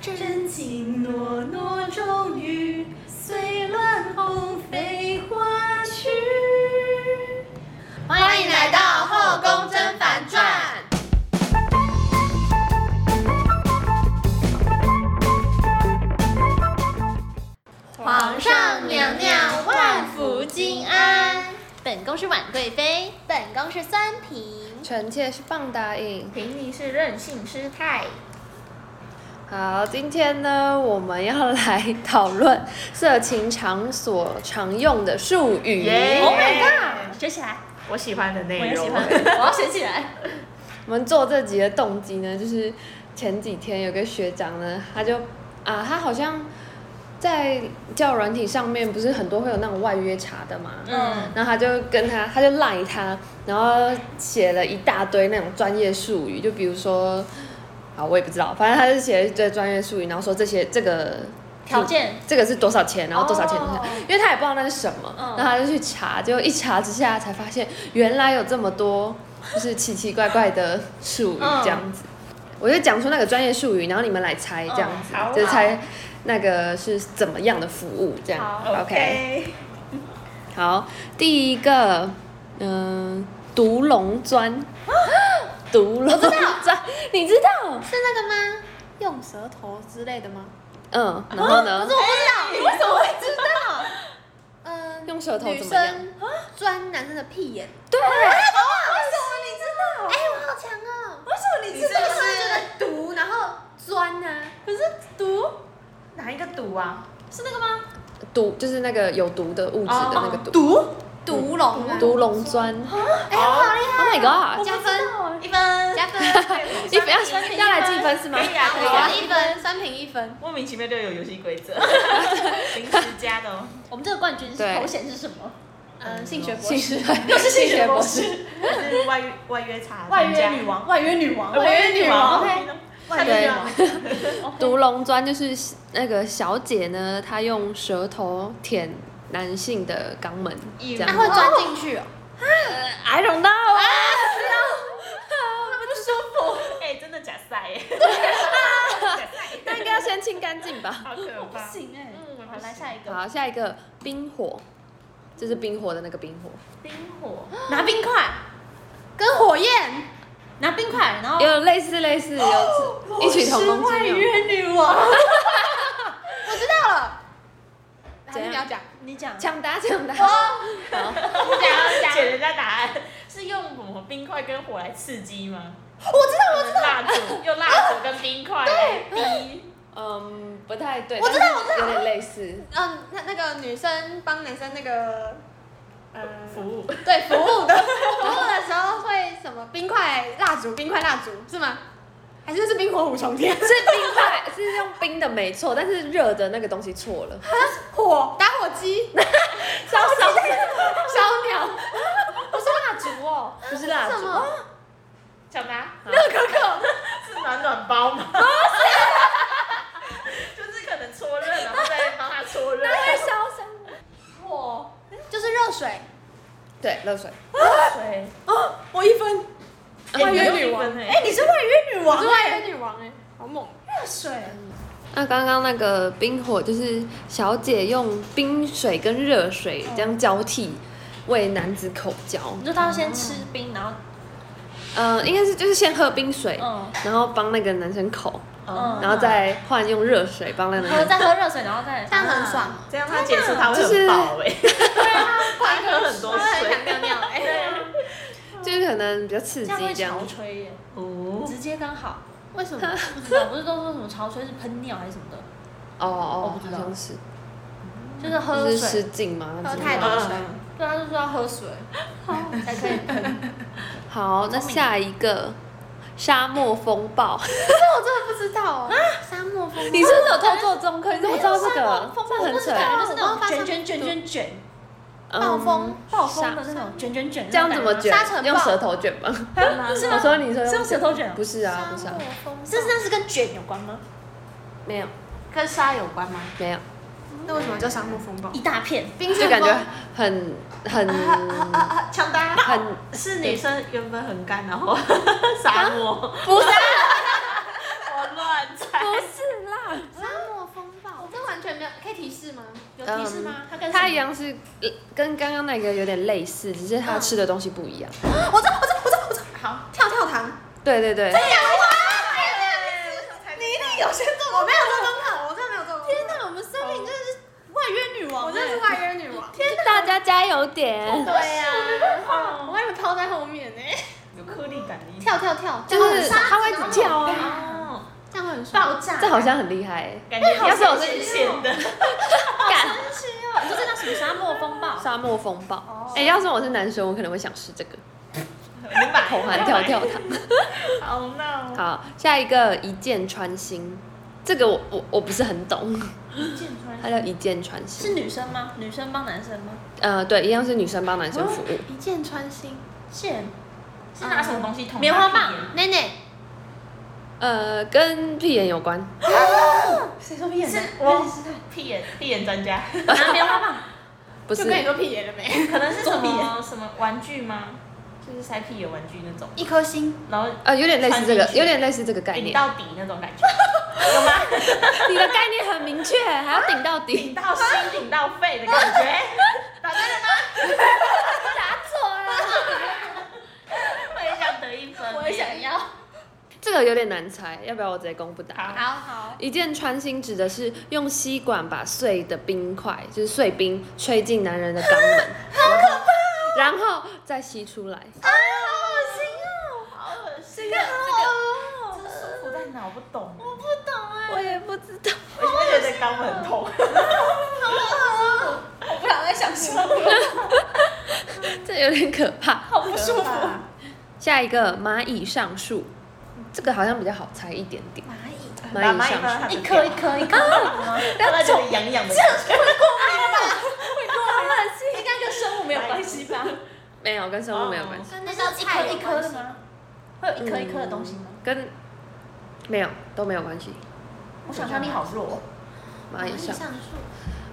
真情诺诺终于随乱红飞花去。欢迎来到《后宫甄嬛传》。皇上娘娘万福金安，本宫是婉贵妃，本宫是酸嫔。臣妾是棒答应。平民是任性失态。好，今天呢，我们要来讨论 色情场所常用的术语。耶 Oh my 啊 god！学起来，我喜欢的我内也容喜。欢，我要学起来。我们做这集的动机呢，就是前几天有个学长呢，他就啊，他好像在教软体上面不是很多会有那种外约茶的嘛，嗯，然后他就跟他，他就赖他，然后写了一大堆那种专业术语，就比如说，啊，我也不知道，反正他就写了一堆专业术语，然后说这些这个条件这个是多少钱，然后多少钱，哦多少钱因为他也不知道那是什么，嗯然后他就去查，结果一查之下才发现原来有这么多就是奇奇怪怪的术语嗯这样子。我就讲出那个专业术语，然后你们来猜这哦样子，嗯啊好就猜那个是怎么样的服务这样。好 OK，好，第一个，嗯、独龙 砖，独龙砖，你知道？是那个吗？用舌头之类的吗？嗯，然后可呢是？我不哎知道，你为什么会知道？ 嗯，用舌头女怎么样？生钻男生的屁眼，对，哎，我好强哦！为什么你你知这道个是这个毒，然后钻啊呐，可是毒哪一个毒啊？是那个吗？毒就是那个有毒的物质的那个哦毒，毒？毒龙哦啊，独龙砖。Oh 哎，我好厉 my god！ 加分一分害，哎加分，你不要要来计分是吗可？以啊，可以好啊，啊。一分，三平一分，莫名其妙就有游戏规 则，临时加的哦。我们这个冠军是对头衔是什么？嗯，性学博性士，学又是性学博士，我是外约外约茶，王，外约女王呃，外约女王。 OK， OK，外约女王。独龙砖就是那个小姐呢，她用舌头舔男性的肛门，这样那。会钻进去哦。啊 I don't know。 哎，真的假赛耶！那应该要先清干净吧。好可不 怕。行哎，嗯好，来下一个，好，下一个冰火，这是冰火的那个冰火，冰火，拿冰块，跟火焰，拿冰块，哦然后有类似类似有异曲同工之妙。女王， 我知道了。还怎是样不要哦讲，你讲， 抢答抢答，哦好，不想 要解人家答案，是用什么冰块跟火来刺激吗？我知道，我知道，蜡烛，用蜡烛跟冰块 来滴。嗯，不太对，我知道但是有点类似。嗯，那那个女生帮男生那个，呃，服务，对服务的服务的时候会什么冰块蜡烛，冰块蜡烛是吗？还是是冰火五重天？是冰块，是用冰的没错，但是热的那个东西 错了，火打火机，烧烧烧鸟，不是蜡烛哦，不是蜡什烛，啊么？抢 答热可可，啊是暖暖包吗？ 就是可能搓热，然后再帮他搓热。烧伤。火就是热水。对，热水。哎水，哦，我一分。外约女王哎，你是外约女王，我是欸外约女王哎，好猛！热水，那刚刚那个冰火就是小姐用冰水跟热水这样交替为男子口交，你说他要先吃冰，然后呃，应该是就是先喝冰水，嗯然后帮那个男生口，嗯然后再换用热水帮那喝个男生。再喝热水，然后再，啊但很爽，这样他结束他会很饱哎，他喝很多我很想水。尿尿哎。就是可能比较刺这激样会这样潮。吹耶，哦，直接刚好。为 什么？不知道，不是都说什么潮吹是喷尿还是什么的？我哦哦不，好知道像是，就是喝就是水失，禁吗？喝之类太的多嗯水，对啊，他就说要喝水，才可以喷。好，那聪明下一个沙漠风暴，这我真的不知道哦。沙漠风 你是不是有偷做 中科？你怎么知道这个？风这暴很不是扯。感觉就是那种卷卷卷卷卷，嗯暴风，暴风的那种哦卷卷卷。这样怎么卷沙尘？暴用舌头卷吗？是我吗？说你说是用舌头卷啊不是啊，不是沙啊漠，风，这是那是跟卷有关吗？没有跟沙有关吗？没有，那为什么叫沙漠风暴？一大片，冰就旋感风觉很很啊，抢答很是女生原本很干，然后沙漠，不是啊 我乱猜，是啦，提示吗？它跟它一样是呃跟刚刚那个有点类似，只是它吃的东西不一样。我知道，我知道，我知道，我知道，好，跳跳糖。对对对，你一定有先做，我没有做功课，我真的没有做功课。天哪，我们森林真的是外约女王我真的是外约女王。天大家加油点！对呀、哦，我还以为抛在后面呢、有颗粒感的衣服跳跳跳，就是它会一直跳啊，哦，这样会很爽。爆炸，这好像很厉害。欸感觉要是我是线的，干，你说这叫什么沙漠风暴？沙漠风暴。哎，要是我是男生，我可能会想吃这个你把口含跳跳，糖。好闹，好，下一个一箭穿心，这个我我我不是很懂，箭穿它叫一箭穿是心。女生吗？女生帮男生吗？呃，对，一样是女生帮男生服务。一箭穿心，线、是拿什么东西捅？嗯棉花棒、奶奶，呃，跟屁眼有关，谁说屁眼是呢？我屁眼屁眼专家，拿棉花棒， 不就是跟你说屁眼了没？可能是什做屁么什么玩具吗？就是塞屁眼玩具那种，一颗心，然后呃，有点类似这个，穿进去有点类似这个概顶念。到底那种感觉，有吗？你的概念很明确，还要顶到 底。顶到心，顶到肺的感觉。答对了吗？答错了，我也想得一分，我也想要。这个有点难猜，要不要我直接公布答案？好，好好，啊一箭穿心指的是用吸管把碎的冰块，就是碎冰，吹进男人的肛门，好可怕、然后再吸出来。好恶心哦啊！这个这舒服在哪？我不懂，我不懂哎，我也不知道，我现在觉得肛门很痛。我不想再想什么。这有点可怕。好不舒服。下一个蚂蚁上树，这个好像比较好猜一点点。蚂蚁，蚂蚁上树，一 一颗颗一一颗，颗一颗，啊让它觉得痒痒的感觉。应该跟生物没有关系吧？没有跟生物没有关系，跟那那叫叫一颗菜一有颗关的系？吗？会有一颗一颗的东西吗？跟没有都没有关系。 我想象力好弱，哦蚂蚁上，上树，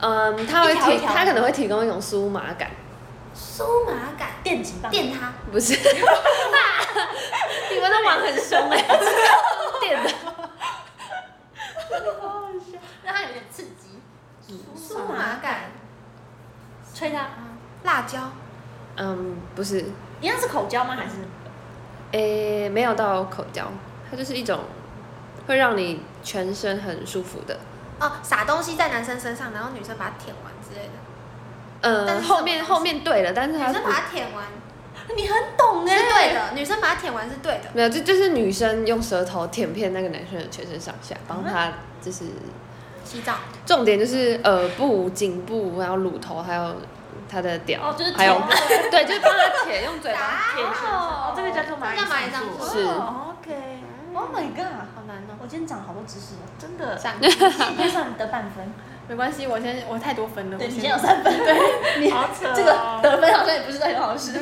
嗯，它会一条一提，条它可能会提供一种酥麻感，酥麻感，电击棒，电它，不是？你们的网很 凶哎、电的让它有点刺激，酥麻感，吹它。辣椒，嗯，不是，一样是口交吗？还是诶、没有到口交，它就是一种会让你全身很舒服的。哦，撒东西在男生身上，然后女生把它舔完之类的，但呃，是什么后面后面对了，但是它女是生把它舔完你很懂是对的，女生把它舔完是对的。没有，就就是女生用舌头舔遍那个男生的全身上下，啊帮他就是洗澡，重点就是耳部、颈部，然后乳头，还有他的屌，哦，就是还有舔它的对，就是帮 他舔，用嘴巴。 电击棒，哦，这个叫做蚂蚁这叫蚂蚁上上树树是哦 OK。Oh my god！好难哦。我今天长好多知识哦，真的。上，今天算得半分，没关系，我先我太多分了。对，我你今先天有三分， 对，你好扯哦这个得分好像也不是很好使。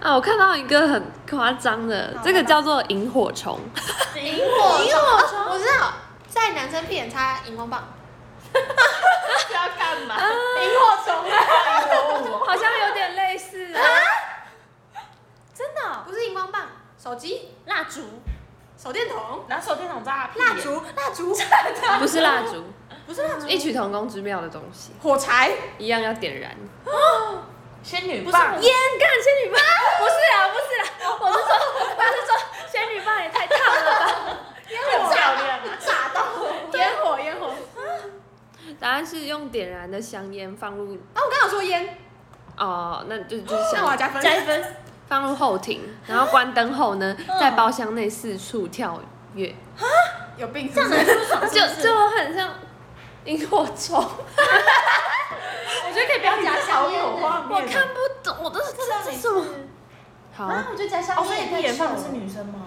啊，我看到一个很夸张的，这个叫做萤火虫，萤火萤火虫，啊我知道，在男生屁眼插荧光棒，是要干嘛？萤火虫啊，好像有点类似、啊。真的哦，不是荧光棒，手机、 蜡烛， 手电筒、拿手电筒扎屁眼蜡，烛、蜡 烛，不是蜡烛，不是蜡烛，异曲同工之妙的东西，火柴，一样要点燃。仙女棒，烟干仙女棒？不是啊，不是啊，我是说，我是说仙女棒也太烫了吧。烟很火漂亮啊！炸到我，烟啊火烟火。答案是用点燃的香烟放入啊，我刚好说烟，哦，那就就是那我要香加分。加一分。放入后庭，然后关灯后呢，嗯在包厢内四处跳跃，有病是这不样能是？出爽是不？就是就很像萤火虫，我觉得可以不要加小有画面。我看不懂，我都是这是什么？好，啊，我觉得加哦，香所以烟屁也眼可以放的是女生吗？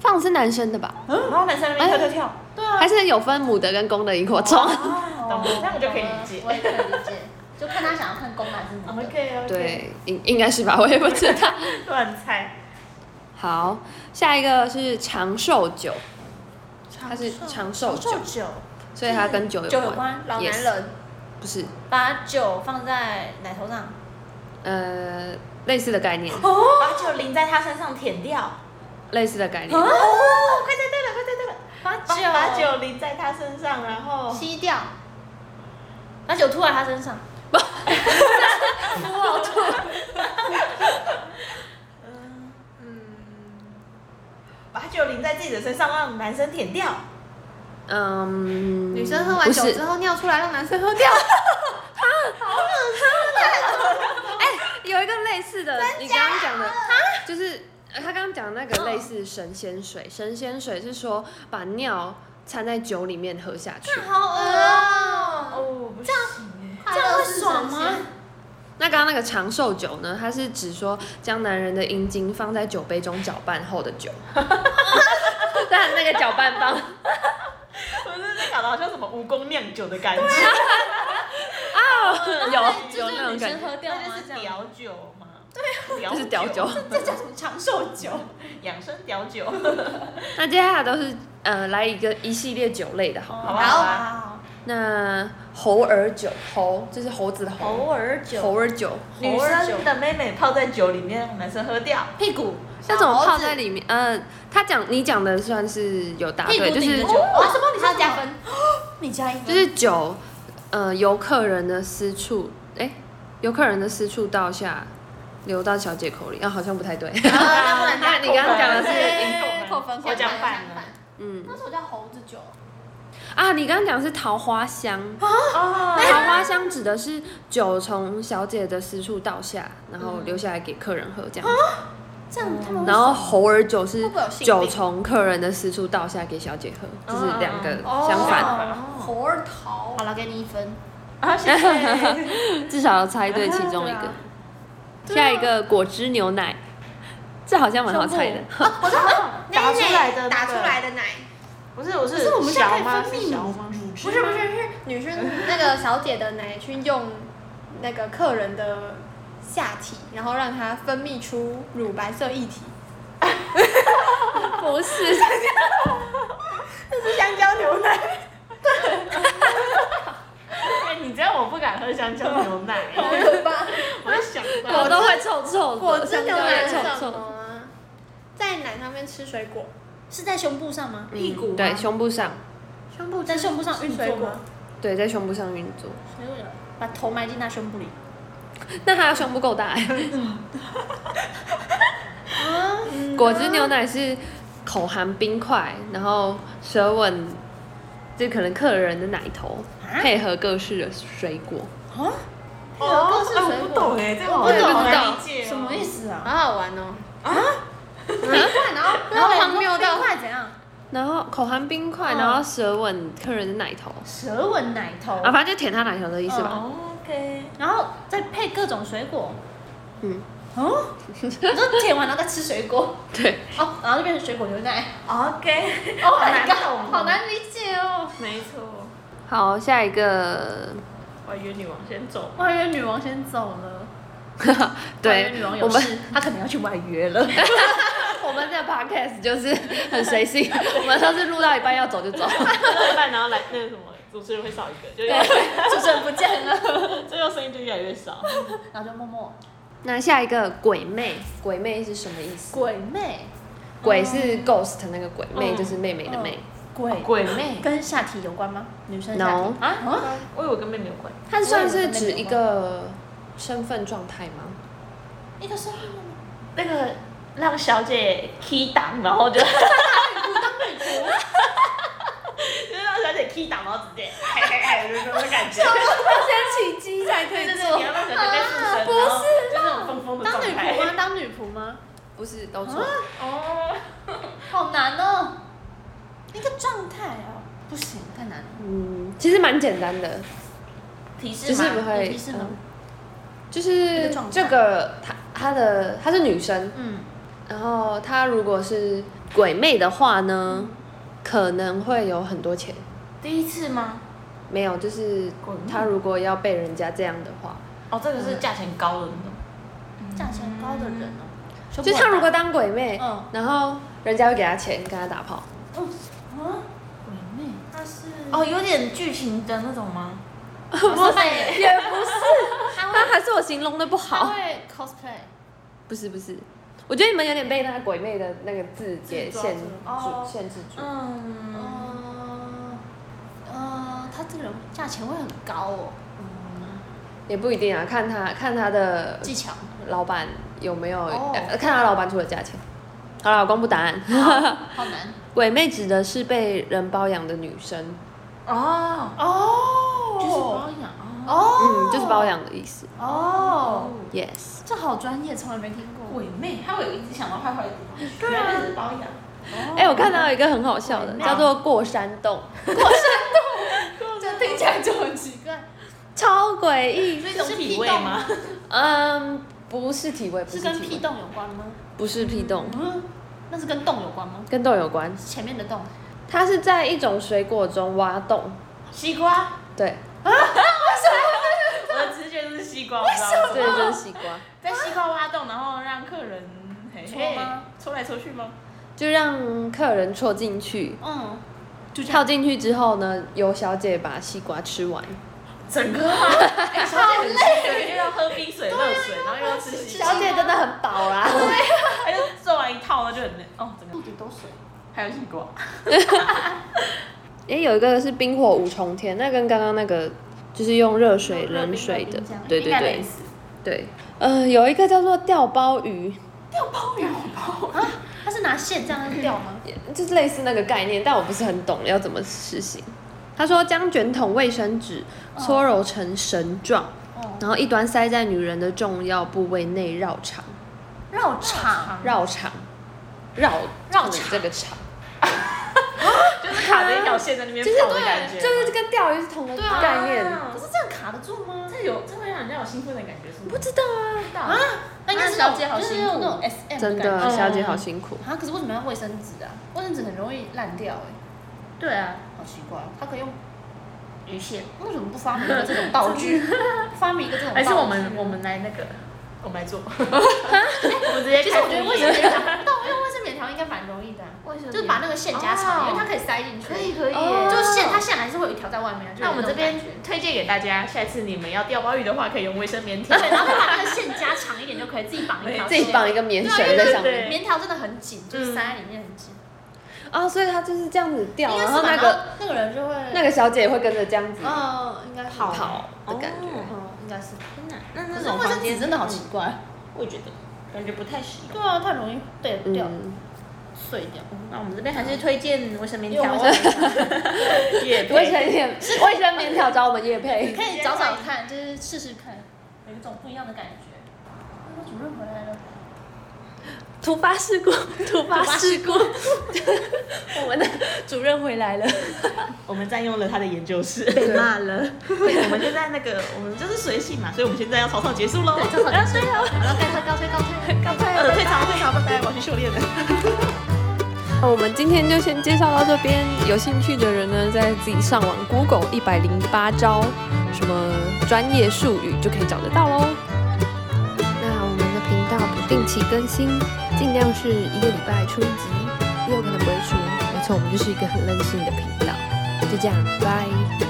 放的是男生的吧？然后男生哎在那边跳跳跳，对啊，还是有分母的跟公的萤火虫？哦 哦懂了，这样我就可以理解我。也可以理解，就看他想要看公还 是母的。 OK OK，，对，应应该是吧，我也不知道。 乱猜，好，下一个是长寿酒，它是长寿酒，酒，所以它跟酒酒有有关，关，老 Yes 男人，不是？把酒放在奶头上，呃，类似的概念，哦把酒淋在他身上舔掉。类似的概啊念。哦，快猜对了，快猜对了，把哦把把酒淋在他身上，然后吸掉，而且我吐在他身上，嗯，把酒淋在自己的身上，让男生舔掉。嗯，女生喝完不酒是之后尿出来，让男生喝掉。有一个类似的，你刚刚讲的，啊就是呃他刚刚讲的那哦个类似神仙水。神仙水是说把尿掺在酒里面喝下去，好啊恶哦！哦，不行。这样会爽吗？那刚刚那个长寿酒呢？它是指说将男人的阴茎放在酒杯中搅拌后的 酒，但那个搅拌棒啊，我真的搞得好像什么蜈蚣酿酒的感觉，哦有有那种哎女感生觉，喝掉那吗就？这是样屌酒嘛。对，这是屌酒。这叫什么长寿酒？哦养生屌酒。那接下来都是呃来一个一系列酒类的好好啊吗？吧好，那猴儿酒，猴就是猴子的猴，偶尔猴儿酒，女生的妹妹泡在酒里面，让男生喝掉。屁股那种泡在里面，呃，他讲你讲的算是有答屁对，股就顶是着酒，哦什么你说还要什加么分？你加一分，就是酒，呃，由客人的私处，哎、由客人的私处倒下流到小姐口里，啊，好像不 太对，然后要不然啊他你刚刚讲的是对扣分，我讲反了了。。嗯那时候叫猴子酒，啊，你刚刚讲的是桃 花香，哦，桃花香指的是酒从小姐的私处倒下，然后留下来给客人喝这样，这样他们会然后猴儿哦酒会是不会有性病酒从客人的私处倒下给小姐喝，这是两个哦相 反，猴儿桃好。了，给你一分。啊，谢谢。至少要猜对其中一对 个啊。下一个果汁牛奶，这好像蛮好猜的。我知道，打出来的那个打出来的奶，不是，我是是我们现在可以小吗？分泌是小吗？不是不是是女生那个小姐的奶去用那个客人的下体，然后让它分泌出乳白色液体， 不是，是香蕉牛奶。 哎，你知道我不敢喝香蕉牛奶，吧？ 我就想我到都会臭臭的，果汁牛奶是什香蕉也臭么臭。啊？在奶上面吃水果，是在胸部上吗？屁股吗对，胸部上，胸部在胸部上运水作果吗？对，在胸部上运作。没有人把头埋进他胸部里。那他的胸部够大、 欸。果汁牛奶是口含冰块，然后舌吻，就可能客人的奶头，配合各式的水果。啊哦，是哎水果我不懂哎，这个我我不懂好哎理解哦什么意？思啊？好好玩哦。然后然后荒谬到快怎样？然后口含冰块，嗯然后舌吻客人的奶头，舌吻奶头啊，反正就舔他奶头的意思吧。哦？OK，然后再配各种水果。嗯，哦，你说舔完然后再吃水果， 对， 哦，然后就变成水果牛奶。哦 OK， Oh 好 my 难 god，懂好难理解哦。没错，好，下一个我约女王先走。外约女王先走了，外 对约女王，我有们事，她可能要去外约 了。 我们这个 podcast 就是很随性， 我们上次录到一半要走就走。 到一半，然后来那个什么，主持人会少一个，就主持人不见了，最后 声音就越来越少。然后就默默那下一个鬼魅，鬼魅是什么意思？鬼妹，鬼是 ghost 那个鬼，魅嗯就是妹妹的妹。鬼鬼妹跟下体有关吗？女生下体 No，啊啊？我以为跟妹妹有关。它算是指一个身份状态吗？一个声音那个让小姐 key 档，然后就。当就是让小姐 key 档，然后直接，嘿嘿嘿，就是那种感 觉。先起鸡才可对对对，你要让小姐被附身，不然后就那种疯疯的当状女态仆。吗？当女仆吗？不是，都错。哦，好难哦，一个状态哦，不行，太难了。嗯，其实蛮简单的，提示就是不有会提示，吗嗯？就一是个状态这个她她的她是女生，嗯，然后她如果是鬼魅的话呢，可能会有很多钱。第一次吗？没有，就是鬼魅她如果要被人家这样的话，哦，这个是价钱高的那种。价钱高的人哦， 胸部就很她如大果当鬼魅，嗯然后人家会给她钱跟她打炮，啊，鬼妹，它是哦，有点剧情的那种吗？不是 也不是，她但会还是我形容的不她好。会 cosplay，不是不是，我觉得你们有点被那个鬼魅的那个字给限自制抓住哦限制住。嗯，嗯，呃，她这个人价钱会很高哦。也不一定啊，看他看他的技巧，老板有没有、哦呃看他老板出的价钱。好了，我公布答案。好难鬼妹指的是被人包养的女生，哦，哦，就是包养哦嗯，就是包养的意思。哦， Yes，这好专业，从来没听过。鬼妹，她会有一直想到坏坏的地方，对啊，包养。哎、我看到一个很好笑的，鬼妹叫做过山洞，啊这听起来就很奇怪，超诡异。是一种体味吗？嗯，不是体味，不是是跟体屁味，洞有关吗？不是屁洞，嗯，那是跟洞有关吗？跟洞有关。前面的洞，它是在一种水果中挖洞， 西瓜，对， 我的直觉就是西瓜，为什这就是西瓜，在西瓜挖洞，然后让客人嘿戳吗？戳来戳去吗？就让客人戳进去，嗯，就跳进去之后呢，由小姐把西瓜吃完。整个吗？哎小姐很累，啊又要喝冰水、热水，然后又要吃西瓜，小姐真的很饱啦，她就做完一套，那就很累。哦，整个肚子都水。还有西 瓜，也有一个是冰火五重天，那跟刚刚那个就是用热水冷水的哦用热冰的冰，对应对该累对死。对。呃，有一个叫做钓包鱼，哦它啊是拿线这样掉吗？就是类似那个概念，但我不是很懂要怎么实行。他说将卷筒卫生纸搓揉成绳状，哦，然后一端塞在女人的重要部位内绕场，绕场，绕场，绕绕场你这个场，就是啊卡着一条线在那边就是跑的感对，觉，就是跟钓鱼是同个对啊概念。可是这样卡得住吗？这有这会让人家有兴奋的感觉，是不吗？知道啊，啊，那应该是那啊小姐种好就是辛苦用那种 S M 真的小姐好辛苦。啊，可是为什么要卫生纸啊？卫生纸很容易烂掉哎、对啊，好奇怪哦，它可以用鱼线，为什么不发明一个这种道具？发明一个这种道还具？是我们我们来那个，我们来做，哎我们直接其实开我觉得卫生棉条， 但我用卫生棉条应该蛮容易的啊、卫生棉就是把那个线加长，因哦为它可以塞进去。可以可以就哦耶，是线，它线还是会有一条在外面啊。就有那我们这种边感觉推荐给大家，下次你们要钓鲍鱼的话，可以用卫生棉条。对，然后再把那个线加长一点就可以，自己绑一条自己线绑一个棉绳对在对上面对棉条真的很紧，就是塞在里面很紧。啊，所以他就是这样子钓，应该然是后吧那个那个人就会那个小姐也会跟着这样嗯子哦，应该是跑嗯的感觉。哦哦，应该是。天哪，那可那是种卫房生纸间真的好奇怪。我也觉得感觉不太实用。对啊，太容易被掉嗯，碎掉。那我们这边还是推荐卫生棉条啊用，也卫生棉，卫生棉条找我们叶配可。以找找看，就是试试看，有一种不一样的感觉。那个主任回来了，突发事故，突发事 故，我们的主任回来了，我们占用了他的研究 室。骂了。我们就在那个，我们就是随性嘛，所以我们现在要草草结束喽。找找看，然后该高推高推高推。呃，退场退场，拜拜，我要去狩猎了。那我们今天就先介绍到这边，有兴趣的人呢，在自己上网 Google 一百零八招什么专业术语就可以找得到喽。那我们的频道不定期更新，尽量是一个礼拜出一集，也有可能不会出，没错，我们就是一个很任性的频道。就这样，拜。